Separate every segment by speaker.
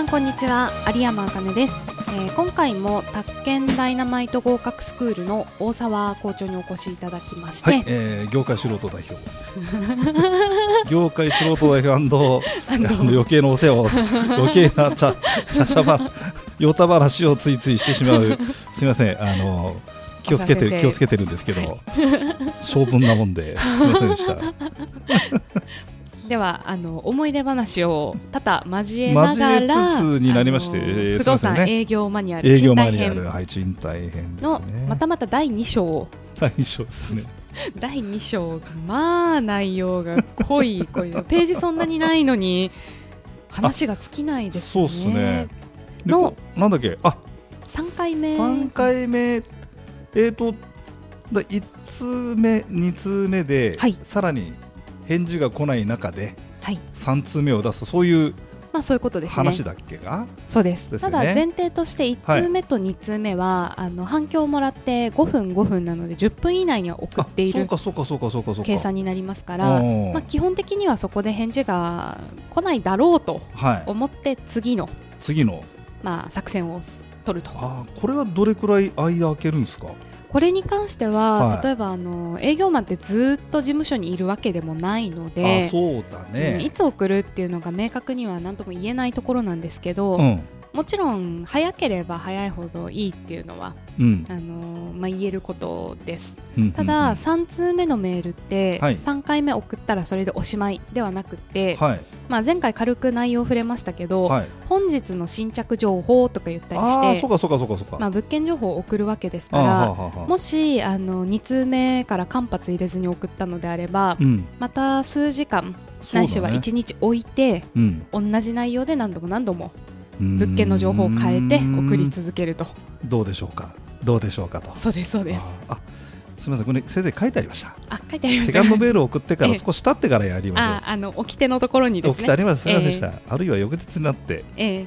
Speaker 1: んこんにちは有山あかねです、えー今回も宅建ダイナマイト合格スクールの大沢校長にお越しいただきまして、
Speaker 2: はい、えー業界素人代表 業界素人代表
Speaker 1: あの
Speaker 2: あの余計なお世話 をす余計な茶茶茶話ヨタ話をついついしてしまうすみませんあの気をつけて
Speaker 1: 小沢先生
Speaker 2: る気をつけてるんですけど性分なもんですみません でした
Speaker 1: ではあの思い出話を多々交えな
Speaker 2: 交
Speaker 1: が
Speaker 2: えつ
Speaker 1: ら
Speaker 2: つになりまして
Speaker 1: あの
Speaker 2: えー
Speaker 1: 不
Speaker 2: すい
Speaker 1: 動
Speaker 2: ません
Speaker 1: 産
Speaker 2: ね
Speaker 1: 営業マニュアル
Speaker 2: 営業マ
Speaker 1: 賃
Speaker 2: ニ
Speaker 1: 貸
Speaker 2: ュア
Speaker 1: 編
Speaker 2: ルはい賃貸編です
Speaker 1: の
Speaker 2: ね
Speaker 1: またまた第2章を
Speaker 2: 大将ですね
Speaker 1: 第2章まあ内容が濃い濃いページそんなにないのに話が尽きないですね
Speaker 2: そうですねで
Speaker 1: の
Speaker 2: こなんだっけあ
Speaker 1: 3回目
Speaker 2: 3回目、えー、とだ1通目、2通目で、
Speaker 1: はい
Speaker 2: さらに返事が来ない中で
Speaker 1: はい
Speaker 2: 3通目を出すそういう
Speaker 1: まあそういうことですね
Speaker 2: 話だっけが、
Speaker 1: そうです
Speaker 2: です
Speaker 1: た
Speaker 2: よね
Speaker 1: だ前提として1通目と2通目は、あの反響をもらって5分5分なので10分以内には送ってい
Speaker 2: あそう
Speaker 1: る
Speaker 2: かそうかそうかそうかそうか
Speaker 1: 計算になりますから、
Speaker 2: うん
Speaker 1: まあ、基本的にはそこで返事が来ないだろうと
Speaker 2: はい、
Speaker 1: 思って次の、
Speaker 2: 次の
Speaker 1: まあ、作戦をす取ると
Speaker 2: あーこれはどれくらい間開けるんですか
Speaker 1: これに関しては、
Speaker 2: はい
Speaker 1: 例えばあの営業マンってずっと事務所にいるわけでもないの
Speaker 2: あ
Speaker 1: で
Speaker 2: ーそうだ
Speaker 1: うんい
Speaker 2: ね、
Speaker 1: つ送るっていうのが明確には何とも言えないところなんですけど、
Speaker 2: うん
Speaker 1: もちろん早ければ早いほどいいっていうのは
Speaker 2: うん
Speaker 1: あのーまあ、言えることです
Speaker 2: うん、
Speaker 1: た
Speaker 2: うんう
Speaker 1: だ、
Speaker 2: ん
Speaker 1: 3通目のメールって、
Speaker 2: はい
Speaker 1: 3回目送ったらそれでおしまいではなくて、
Speaker 2: はい
Speaker 1: まあ、前回軽く内容触れましたけど、
Speaker 2: はい、
Speaker 1: 本日の新着情報とか言ったり
Speaker 2: ああ
Speaker 1: し
Speaker 2: ーそ
Speaker 1: て
Speaker 2: うかそうかそうかそうか、
Speaker 1: まあ、物件情報を送るわけですか
Speaker 2: あー
Speaker 1: ら
Speaker 2: はあはあはあ
Speaker 1: もしあの2通目から間髪入れずに送ったのであれば、
Speaker 2: うん
Speaker 1: また数時間、
Speaker 2: そうだね
Speaker 1: ないしは1日置いて
Speaker 2: うん
Speaker 1: 同じ内容で何度も何度も
Speaker 2: うん
Speaker 1: 物件の情報を変えて送り続けると
Speaker 2: どうでしょうかどうでしょうかと
Speaker 1: そうですそうです
Speaker 2: ああすみませんこれ先生書いてあり ました
Speaker 1: あ書いてありまし
Speaker 2: セ
Speaker 1: た
Speaker 2: カンドメールを送ってか
Speaker 1: ええ
Speaker 2: ら少し経ってからやりま
Speaker 1: あ
Speaker 2: し
Speaker 1: あの掟のところに
Speaker 2: ょう
Speaker 1: で
Speaker 2: 起
Speaker 1: す
Speaker 2: きてあ
Speaker 1: ね。
Speaker 2: りますすみませんでした、あるいは翌日になって
Speaker 1: ええ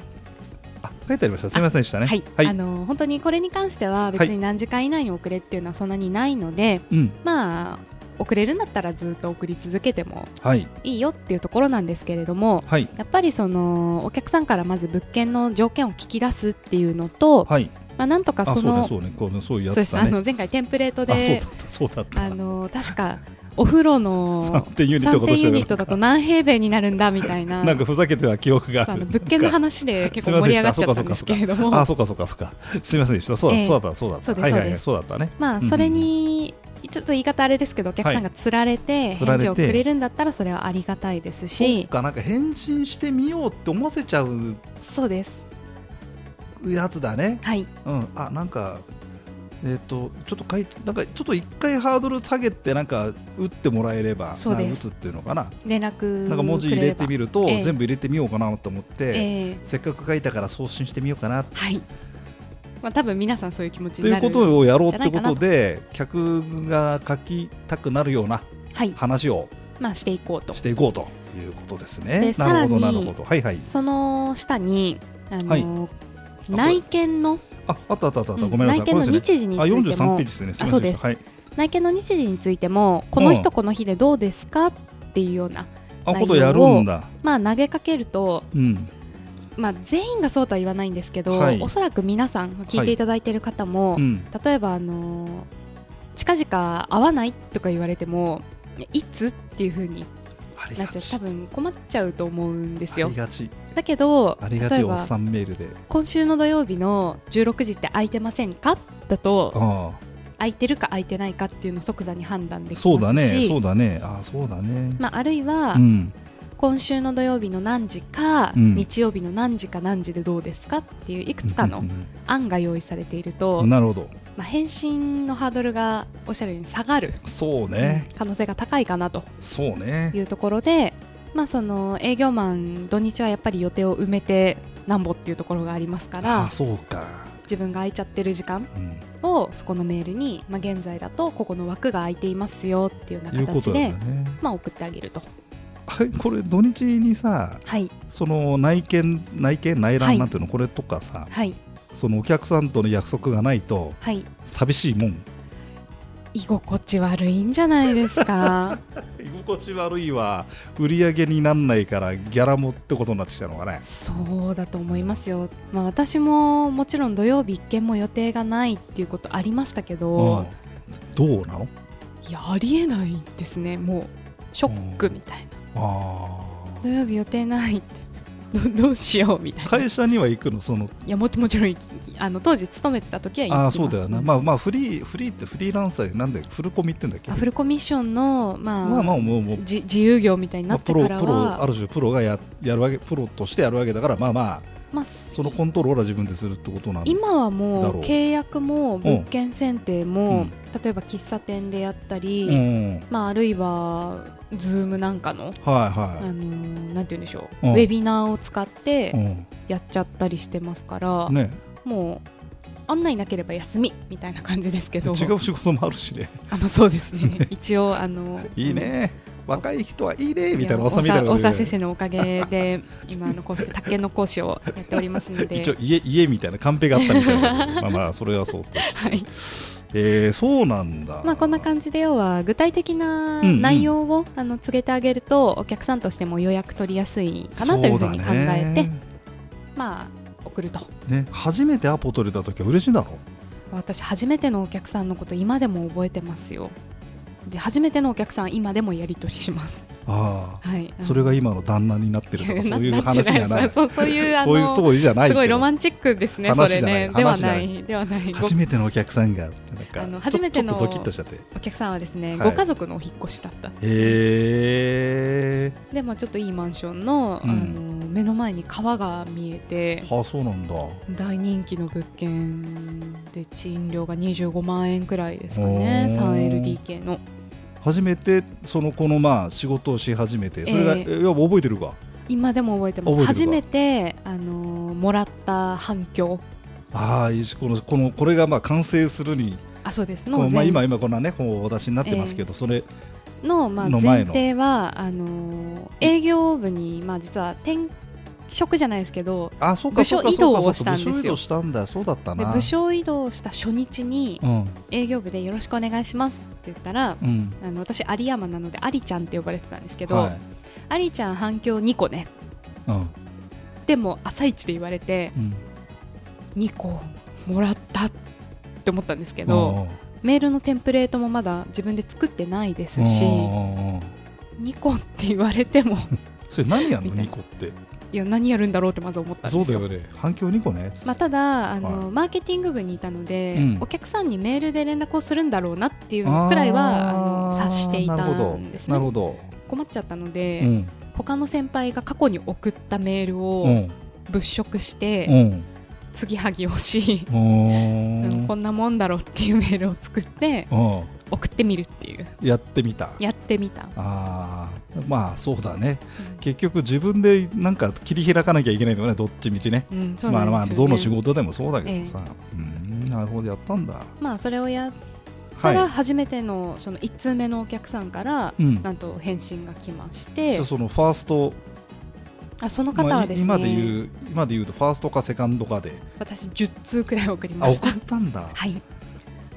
Speaker 2: あ書いてありましたすみませんでしたね
Speaker 1: はい、
Speaker 2: はい
Speaker 1: あの本当にこれに関しては別
Speaker 2: は
Speaker 1: に何時間以内に遅れっていうのはそんなにないので、
Speaker 2: うん
Speaker 1: まあ遅れるんだったらずっと送り続けても
Speaker 2: はい
Speaker 1: いいよっていうところなんですけれども、
Speaker 2: はい
Speaker 1: やっぱりそのお客さんからまず物件の条件を聞き出すっていうのと、
Speaker 2: はい
Speaker 1: まあなんとか
Speaker 2: あ
Speaker 1: そ
Speaker 2: そ
Speaker 1: う
Speaker 2: ね
Speaker 1: の
Speaker 2: そうねこうねそういうや
Speaker 1: そう
Speaker 2: つだ
Speaker 1: で
Speaker 2: ね
Speaker 1: すあの前回テンプレートで
Speaker 2: あそうだったそうだった
Speaker 1: あの確かお風呂
Speaker 2: 三
Speaker 1: の
Speaker 2: 点ユニット
Speaker 1: 3
Speaker 2: のこと
Speaker 1: 点
Speaker 2: して
Speaker 1: ユ
Speaker 2: る
Speaker 1: ニットだと何平米になるんだみたいな。
Speaker 2: なんかふざけてた記憶が
Speaker 1: そう
Speaker 2: あ
Speaker 1: あ
Speaker 2: る
Speaker 1: の物件の話で結構盛り上がっちゃったんですけれども
Speaker 2: あそうかそうかそうかすみませんでしたそうだ、
Speaker 1: ええ
Speaker 2: そうだったそうだった
Speaker 1: そうです
Speaker 2: はいは
Speaker 1: そ
Speaker 2: い
Speaker 1: う
Speaker 2: は
Speaker 1: で
Speaker 2: い
Speaker 1: す
Speaker 2: そうだったね
Speaker 1: まあ
Speaker 2: うん
Speaker 1: それに、ちょっと言い方あれですけどお客さんがつられて
Speaker 2: つら
Speaker 1: 返事
Speaker 2: れて
Speaker 1: をくれるんだったらそれはありがたいです
Speaker 2: そ
Speaker 1: し
Speaker 2: っかなんか返信してみようって思わせちゃう
Speaker 1: そうです
Speaker 2: やつだね
Speaker 1: はい
Speaker 2: うん、あなんか、えっとちょっとかいなんかちょっと一回ハードル下げてなんか打ってもらえれば
Speaker 1: そうです
Speaker 2: なんか打つっていうのかな
Speaker 1: 連絡
Speaker 2: なんか文字入れてみ
Speaker 1: る
Speaker 2: ると、
Speaker 1: ええ
Speaker 2: 全部入れてみようかなと思って、
Speaker 1: ええ
Speaker 2: せっかく書いたから送信してみようかなっ
Speaker 1: はいまあ多分皆さんそういう気持ち
Speaker 2: て
Speaker 1: に
Speaker 2: い
Speaker 1: な
Speaker 2: う
Speaker 1: る
Speaker 2: ことをやろうって
Speaker 1: じ
Speaker 2: こ
Speaker 1: ゃないかな
Speaker 2: と
Speaker 1: と
Speaker 2: で客が書きたくなるような
Speaker 1: はい
Speaker 2: 話を
Speaker 1: まあしていこうと
Speaker 2: していこうということですね
Speaker 1: で。
Speaker 2: なるほど
Speaker 1: さら
Speaker 2: な
Speaker 1: に
Speaker 2: るほどはいはい
Speaker 1: その下にあの、
Speaker 2: はい
Speaker 1: 内見の
Speaker 2: ああったあったあった、
Speaker 1: うん
Speaker 2: ごめんなさ
Speaker 1: 内
Speaker 2: い
Speaker 1: 見の
Speaker 2: これですね
Speaker 1: 日時につ
Speaker 2: あ
Speaker 1: い
Speaker 2: 43
Speaker 1: ても
Speaker 2: ページですねすいません
Speaker 1: あそうです
Speaker 2: はい
Speaker 1: 内見の日時についてもこの人この日でどうですかっていうような
Speaker 2: あことやるんだ
Speaker 1: まあ投げかけると
Speaker 2: うん
Speaker 1: まあ、全員がそうとは言わないんですけど、
Speaker 2: はい
Speaker 1: おそらく皆さん聞いていただいている方も、
Speaker 2: うん
Speaker 1: 例えば、あのー近々会わないとか言われてもいやいつっていう風に
Speaker 2: あり
Speaker 1: な
Speaker 2: が
Speaker 1: っちゃう
Speaker 2: ち
Speaker 1: 多分困っちゃうと思うんです
Speaker 2: あ
Speaker 1: よ
Speaker 2: りがち
Speaker 1: だけど
Speaker 2: ありが
Speaker 1: 例
Speaker 2: ち
Speaker 1: え
Speaker 2: おっ
Speaker 1: ば
Speaker 2: さんメールで。
Speaker 1: 今週の土曜日の16時って空いてませんかだと
Speaker 2: あ
Speaker 1: 空いてるか空いてないかっていうのを即座に判断で
Speaker 2: あ、
Speaker 1: き
Speaker 2: そうだ
Speaker 1: ます
Speaker 2: ね、そ
Speaker 1: し
Speaker 2: うだね、ああ、そうだね。
Speaker 1: まあ、あるいは、
Speaker 2: うん、
Speaker 1: 今週の土曜日の何時か、
Speaker 2: うん
Speaker 1: 日曜日の何時か何時でどうですかっていういくつか
Speaker 2: う
Speaker 1: の
Speaker 2: んうん
Speaker 1: 案が用意されていると、
Speaker 2: うんなるほど、
Speaker 1: まあ、返信のハードルがおっしゃるように下がる
Speaker 2: そうね、
Speaker 1: 可能性が高いかなと
Speaker 2: そうね
Speaker 1: い。うところで、まあ、その営業マン土日はやっぱり予定を埋めてなんぼっていうところがありますか
Speaker 2: ああ、
Speaker 1: ら
Speaker 2: そうか。
Speaker 1: 自分が空いちゃってる時間
Speaker 2: うん、
Speaker 1: をそこのメールに、まあ、現在だとここの枠が空いていますよっていうよう
Speaker 2: い
Speaker 1: な
Speaker 2: うこ
Speaker 1: 形
Speaker 2: と
Speaker 1: で
Speaker 2: だよね。
Speaker 1: まあ、送ってあげると。
Speaker 2: あれ これ土日にさ、
Speaker 1: はい、
Speaker 2: その内見、内見、内
Speaker 1: はい
Speaker 2: 覧なんていうの、これとかさ、
Speaker 1: はい、
Speaker 2: そのお客さんとの約束がないと
Speaker 1: はい
Speaker 2: 寂しいもん。
Speaker 1: 居心地悪いんじゃないですか
Speaker 2: 居調子悪いわ売り上げになんないからギャラもってことになってきたのがね
Speaker 1: そうだと思いますよ、まあ、私ももちろん土曜日一件も予定がないっていうことありましたけ
Speaker 2: う
Speaker 1: ど
Speaker 2: ん、どうなの
Speaker 1: いやありえないですねもうショックみたいな、
Speaker 2: あ
Speaker 1: 土曜日予定ないってどどうしようみたい
Speaker 2: ー
Speaker 1: な
Speaker 2: 会社には行くのその
Speaker 1: いやももちろん行きあの当時勤めてた時は行き
Speaker 2: あ
Speaker 1: ま
Speaker 2: あ
Speaker 1: す
Speaker 2: そうだよな、まあまあフリーフリーってフリーランサーでなんだよフルコミってんだっけ
Speaker 1: あフルコミッションの、まあ
Speaker 2: まあまあもうもう、
Speaker 1: じ自由業みたいにな
Speaker 2: まあ、
Speaker 1: って
Speaker 2: プ
Speaker 1: か
Speaker 2: ロ
Speaker 1: ら
Speaker 2: プロあ
Speaker 1: は、
Speaker 2: る種プロがややるわけプロとしてやるわけだからまあまあ
Speaker 1: まあ、
Speaker 2: そのコントロールは自分でするってことなんだ
Speaker 1: 今はも
Speaker 2: だ
Speaker 1: う
Speaker 2: ろう
Speaker 1: 契約も物件選定
Speaker 2: う
Speaker 1: も、
Speaker 2: ん
Speaker 1: 例えば喫茶店でやったり、
Speaker 2: うんはい
Speaker 1: まあ、あるいは Zoom なんかの、あ
Speaker 2: は
Speaker 1: のーなんて言うんでしょう、
Speaker 2: うん
Speaker 1: ウェビナーを使っ
Speaker 2: い、
Speaker 1: て
Speaker 2: う
Speaker 1: やっちゃったりしてますから、
Speaker 2: ん、ね
Speaker 1: もう案内なければ休みみたいな感じですけど
Speaker 2: 違う仕事もあるしね
Speaker 1: あ、まあ、そうです ね一応あの
Speaker 2: いいね若い人はいいね
Speaker 1: うん
Speaker 2: みたい
Speaker 1: や
Speaker 2: なおっさんみたいな
Speaker 1: 大
Speaker 2: こと
Speaker 1: 沢
Speaker 2: 言う
Speaker 1: 先生のおかげで 今あのこうして宅建の講師をやっておりますので
Speaker 2: 一応家家みたいなカンペがあったみたい なまあまあそれはそうと、
Speaker 1: はい
Speaker 2: えー、そうなんだ
Speaker 1: まあ、こんな感じで要は具体的な
Speaker 2: うんうん
Speaker 1: 内容をあの告げてあげるとお客さんとしても予約取りやすいかなというふうに考
Speaker 2: そ
Speaker 1: え
Speaker 2: う
Speaker 1: て、
Speaker 2: だね
Speaker 1: まあ送ると
Speaker 2: ね、初めてアポ取れた時は嬉しいだろ
Speaker 1: 私初めてのお客さんのこと今でも覚えてますよで初めてのお客さん今でもやり取りします
Speaker 2: あ
Speaker 1: はい
Speaker 2: あそれが
Speaker 1: い
Speaker 2: 今の旦那になってるとかそういう話じゃない
Speaker 1: そうそういうあの
Speaker 2: そういうストーリーじゃない
Speaker 1: すごいロマ
Speaker 2: ン
Speaker 1: ンチックですねそ
Speaker 2: 話じ
Speaker 1: れ
Speaker 2: ゃない
Speaker 1: ねでは
Speaker 2: 話じゃ
Speaker 1: な
Speaker 2: ない
Speaker 1: いではないご
Speaker 2: 初めてのお客さんがなんか
Speaker 1: あの初めての
Speaker 2: ちょっとドキッとしちゃってへ
Speaker 1: お客さんはですね、
Speaker 2: はい
Speaker 1: ご家族のお引っ越しだった
Speaker 2: え
Speaker 1: でもちょっといいマンションの,、
Speaker 2: うん
Speaker 1: あの目の前に川が見えて
Speaker 2: はあそうなんだお
Speaker 1: 大人気の物件で賃料が25万円くらいですかね
Speaker 2: おー
Speaker 1: 3LDK の
Speaker 2: 初めてそのこのまあ仕事をし始めてそれが、
Speaker 1: え
Speaker 2: えいや覚えてるか
Speaker 1: 今でも覚えてます
Speaker 2: 覚えて
Speaker 1: 初
Speaker 2: るか
Speaker 1: めて、あのーもらった反響
Speaker 2: ああいいしこのこのこれがまあ完成するに
Speaker 1: あそうです
Speaker 2: こ
Speaker 1: の
Speaker 2: うまあ、
Speaker 1: 前
Speaker 2: 今今こんなねこうお出しになってますけど、それ
Speaker 1: の,、まあ、
Speaker 2: の
Speaker 1: 前
Speaker 2: 前の
Speaker 1: 提はあのー営業部に、まあ、実は転職じゃないですけど
Speaker 2: あそう
Speaker 1: 部
Speaker 2: か
Speaker 1: 署
Speaker 2: そうか
Speaker 1: 移動
Speaker 2: そうか
Speaker 1: をしたんですよ
Speaker 2: 部署移動したんだそうだった
Speaker 1: で
Speaker 2: な
Speaker 1: 部署移動した初日に
Speaker 2: うん
Speaker 1: 営業部でよろしくお願いしますって言ったら
Speaker 2: うん
Speaker 1: あの私、有山なのでアリちゃんって呼ばれてたんですけど、
Speaker 2: はい
Speaker 1: アリちゃん反響2個ね
Speaker 2: うん
Speaker 1: でも朝一で言われて
Speaker 2: うん
Speaker 1: 2個もらったって思ったんですけどメールのテンプレートもまだ自分で作ってないですし
Speaker 2: うんうんうん
Speaker 1: 2個って言われて も
Speaker 2: それ何やんの
Speaker 1: みたい
Speaker 2: 2
Speaker 1: な
Speaker 2: 個って
Speaker 1: いや何やるんだろうってまず思ったんですよ。
Speaker 2: ね反響2個ね
Speaker 1: まあ、ただあの、
Speaker 2: は
Speaker 1: マーケティング部にいたので、
Speaker 2: うん
Speaker 1: お客さんにメールで連絡をするんだろうなっていうのくらいはあの察していたんです
Speaker 2: なる
Speaker 1: ね
Speaker 2: ほど
Speaker 1: 困っちゃったの
Speaker 2: な
Speaker 1: で、
Speaker 2: るほどうん
Speaker 1: 他の先輩が過去に送ったメール
Speaker 2: う
Speaker 1: を
Speaker 2: ん
Speaker 1: 物色して、
Speaker 2: うん
Speaker 1: 継ぎはぎをし、
Speaker 2: うん
Speaker 1: うんこんなもんだろうっていうメールを作って
Speaker 2: うん
Speaker 1: 送ってみるっていう
Speaker 2: やってみた
Speaker 1: やってみた、
Speaker 2: あーまあそうだね結局自分でなんか切り開かなきゃいけないのねどっちみちね
Speaker 1: うんうんそう
Speaker 2: ま
Speaker 1: な
Speaker 2: あ
Speaker 1: んですよね
Speaker 2: まあどの仕事でもそうだけどさうんなるほどやったんだ
Speaker 1: まあそれをやっ
Speaker 2: は
Speaker 1: たら
Speaker 2: い
Speaker 1: 初めてのその1通目のお客さんから
Speaker 2: うん
Speaker 1: なんと返信が来まし
Speaker 2: じ
Speaker 1: て
Speaker 2: ゃあそのファースト
Speaker 1: あその方
Speaker 2: まあ
Speaker 1: はいですね
Speaker 2: 今で言う今で言うとファーストかセカンドかで
Speaker 1: 私10通くらい送り
Speaker 2: あ
Speaker 1: まし
Speaker 2: 送
Speaker 1: た
Speaker 2: ったんだ
Speaker 1: はい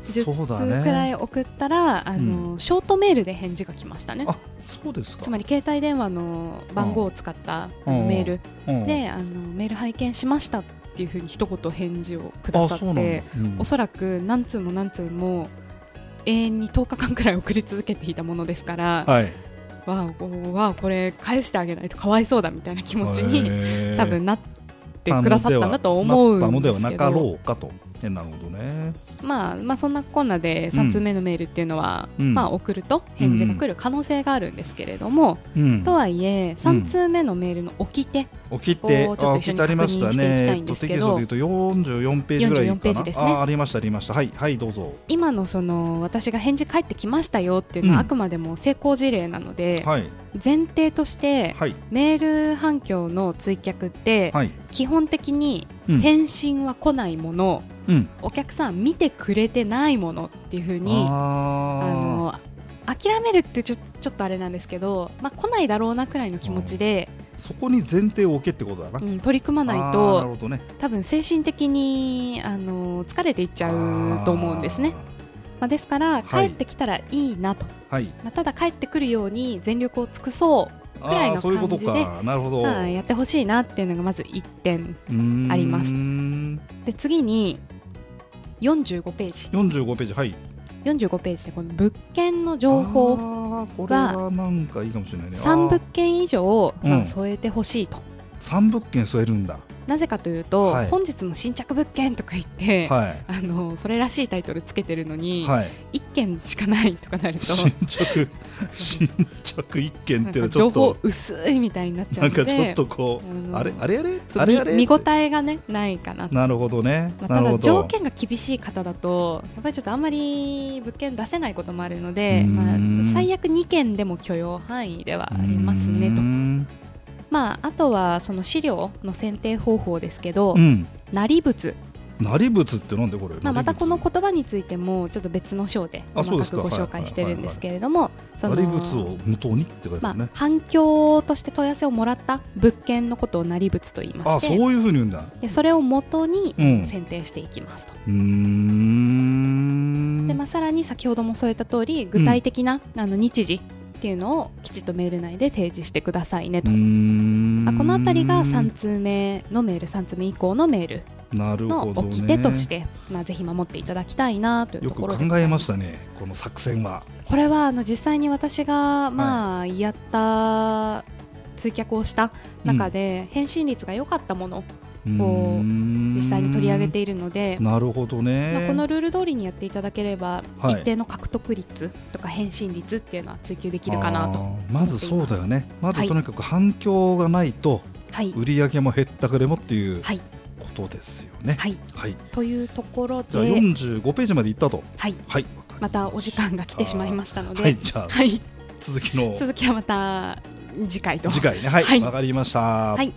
Speaker 1: 10
Speaker 2: そうだね
Speaker 1: 通くらい送ったらあの、ショートメールで返事が来ましたね
Speaker 2: あそうですか
Speaker 1: つまり携帯電話の番号を使った、
Speaker 2: うん
Speaker 1: あのメール
Speaker 2: うん
Speaker 1: であのメール拝見しましたっていうふうに一言返事をくだ
Speaker 2: あ
Speaker 1: さって
Speaker 2: そうなんだうん
Speaker 1: おそらく何通も何通も永遠に10日間くらい送り続けていたものですから、
Speaker 2: はい
Speaker 1: わあこうわあこれ返してあげないとかわいそうだみたいな気持ちに
Speaker 2: へー
Speaker 1: 多分なってくださったんだと思
Speaker 2: なった
Speaker 1: うん
Speaker 2: の
Speaker 1: で
Speaker 2: では
Speaker 1: す
Speaker 2: な
Speaker 1: け
Speaker 2: か
Speaker 1: ど
Speaker 2: ろうかと。ねなるほどね。
Speaker 1: まあまあそんなこんなで
Speaker 2: うん
Speaker 1: 3通目のメールっていうのは、
Speaker 2: うん
Speaker 1: まあ、送ると返事が来る可能性があるんですけれども、
Speaker 2: うん
Speaker 1: とはいえ3通目のメールの置き手、
Speaker 2: 起きて、
Speaker 1: をちょっと
Speaker 2: あ
Speaker 1: 一緒
Speaker 2: 起
Speaker 1: に
Speaker 2: きてありました
Speaker 1: 確認していきたい
Speaker 2: ね。え
Speaker 1: ん
Speaker 2: っ
Speaker 1: で
Speaker 2: と
Speaker 1: す
Speaker 2: テ
Speaker 1: け
Speaker 2: キス
Speaker 1: ど
Speaker 2: トでいうと44ページぐらいかな。
Speaker 1: 44ページですね
Speaker 2: あありましたありました。はいはいどうぞ。
Speaker 1: 今のその私が返事返ってきましたよっていうのは
Speaker 2: う
Speaker 1: あ
Speaker 2: ん
Speaker 1: くまでも成功事例なので、
Speaker 2: はい
Speaker 1: 前提として
Speaker 2: はい
Speaker 1: メール反響の追客って
Speaker 2: はい。
Speaker 1: 基本的に
Speaker 2: うん
Speaker 1: 返信は来ないもの、
Speaker 2: うん
Speaker 1: お客さん見てくれてないものっていうふうにあ
Speaker 2: あ
Speaker 1: の諦めるってちょちょっとあれなんですけど、まあ、来ないだろうなくらいの気持ちで、
Speaker 2: ーそこに前提を置けってことだな。
Speaker 1: うん、取り組まない
Speaker 2: あーなる
Speaker 1: と
Speaker 2: ほどね。
Speaker 1: 多分精神的にあの疲れていっちゃうと思うんですね。
Speaker 2: あ
Speaker 1: まあ、ですから
Speaker 2: はい
Speaker 1: 帰ってきたらいいなと、
Speaker 2: はい
Speaker 1: まあ、ただ帰ってくるように全力を尽くそう
Speaker 2: あ
Speaker 1: らい
Speaker 2: あ
Speaker 1: の
Speaker 2: ーそういうこと
Speaker 1: 感じ
Speaker 2: かなるほど、
Speaker 1: まあやってほしいなっていうのがまず1点あります
Speaker 2: す
Speaker 1: で次に45ページ
Speaker 2: 45ページはい
Speaker 1: 45ページでこの物件の情報
Speaker 2: あーこれはなんかいいかもしれないね
Speaker 1: 3
Speaker 2: あ
Speaker 1: 物
Speaker 2: ー
Speaker 1: 件以上、まあ
Speaker 2: うん
Speaker 1: 添えてほしいと、
Speaker 2: 三物件添えるんだ
Speaker 1: なぜかというと、
Speaker 2: はい
Speaker 1: 本日の新着物件とか言って、
Speaker 2: は
Speaker 1: あのそれらしいタイトルつけてるの
Speaker 2: い
Speaker 1: に、
Speaker 2: はい
Speaker 1: 一1件しかないとかなると
Speaker 2: 新着新着一件
Speaker 1: な
Speaker 2: っ
Speaker 1: ん
Speaker 2: ていうの
Speaker 1: か
Speaker 2: はち
Speaker 1: 情
Speaker 2: ょっと
Speaker 1: 報薄いみたいになっちゃ
Speaker 2: な
Speaker 1: うんので
Speaker 2: かちょっとこ
Speaker 1: あ
Speaker 2: う
Speaker 1: の
Speaker 2: あれあれあれ
Speaker 1: そう
Speaker 2: あれあれ
Speaker 1: 見見応えがねないかなと
Speaker 2: なるほどね
Speaker 1: まあ、
Speaker 2: な
Speaker 1: た
Speaker 2: る
Speaker 1: だ
Speaker 2: ほ
Speaker 1: 条
Speaker 2: ど
Speaker 1: 件が厳しい方だとやっぱりちょっとあんまり物件出せないこともあるので、
Speaker 2: うーん
Speaker 1: まあ、最悪2件でも許容範囲ではありますね
Speaker 2: うー
Speaker 1: と、
Speaker 2: ん
Speaker 1: まあ、あとはその資料の選定方法ですけど、
Speaker 2: うん
Speaker 1: なり物、
Speaker 2: なり物ってなんでこれ
Speaker 1: まあ、またこの
Speaker 2: な
Speaker 1: 言葉についてもちょっと別の章で
Speaker 2: あ
Speaker 1: 細
Speaker 2: そうで
Speaker 1: か
Speaker 2: すか
Speaker 1: くご紹介してるんですけれどもその
Speaker 2: り物を無糖にって書いて
Speaker 1: ま
Speaker 2: ある
Speaker 1: あ
Speaker 2: ね、
Speaker 1: 反響として問い合わせをもらった物件のことをなり物と言いま
Speaker 2: あ
Speaker 1: して
Speaker 2: そういうふうに言うんだ
Speaker 1: でそれを元に
Speaker 2: うん
Speaker 1: 選定していきますと。
Speaker 2: うーん
Speaker 1: でまあ、さらに先ほども添えた通り具体的な、あの日時っていうのをきちっとメール内で提示してくださいね
Speaker 2: う
Speaker 1: と、
Speaker 2: ーん
Speaker 1: まあ、この辺りが3通目のメール3通目以降のメール
Speaker 2: なる
Speaker 1: の
Speaker 2: ほど、ね、
Speaker 1: 掟として、まあ、ぜひ守っていただきたいなという
Speaker 2: よ
Speaker 1: と
Speaker 2: く
Speaker 1: こ
Speaker 2: 考
Speaker 1: ろで
Speaker 2: えましたねこの作戦は
Speaker 1: これはあの実際に私が、まあ、やった追客をした中で、返信率が良かったものをこう実
Speaker 2: 実
Speaker 1: 際に取り上げているので、
Speaker 2: なるほどね、
Speaker 1: まあ、このルール通りにやっていただければ、
Speaker 2: はい
Speaker 1: 一定の獲得率とか返信率っていうのは追求できるかな
Speaker 2: あ
Speaker 1: と。
Speaker 2: ーまずそうだよねま
Speaker 1: ます
Speaker 2: ずとにかく反響がないと
Speaker 1: はい、
Speaker 2: 売り上げも減ったくれもっていう
Speaker 1: はい
Speaker 2: ことですよね
Speaker 1: はい、
Speaker 2: はい、
Speaker 1: というところ
Speaker 2: じゃあ
Speaker 1: で、
Speaker 2: 45ページまでいったと
Speaker 1: はい、
Speaker 2: はい
Speaker 1: またお時間が来てしまいましたので、
Speaker 2: はいじゃあ
Speaker 1: はい、
Speaker 2: 続きの
Speaker 1: 続きはまた次回と。
Speaker 2: 次回ねはいわ、
Speaker 1: はい
Speaker 2: かりました
Speaker 1: はい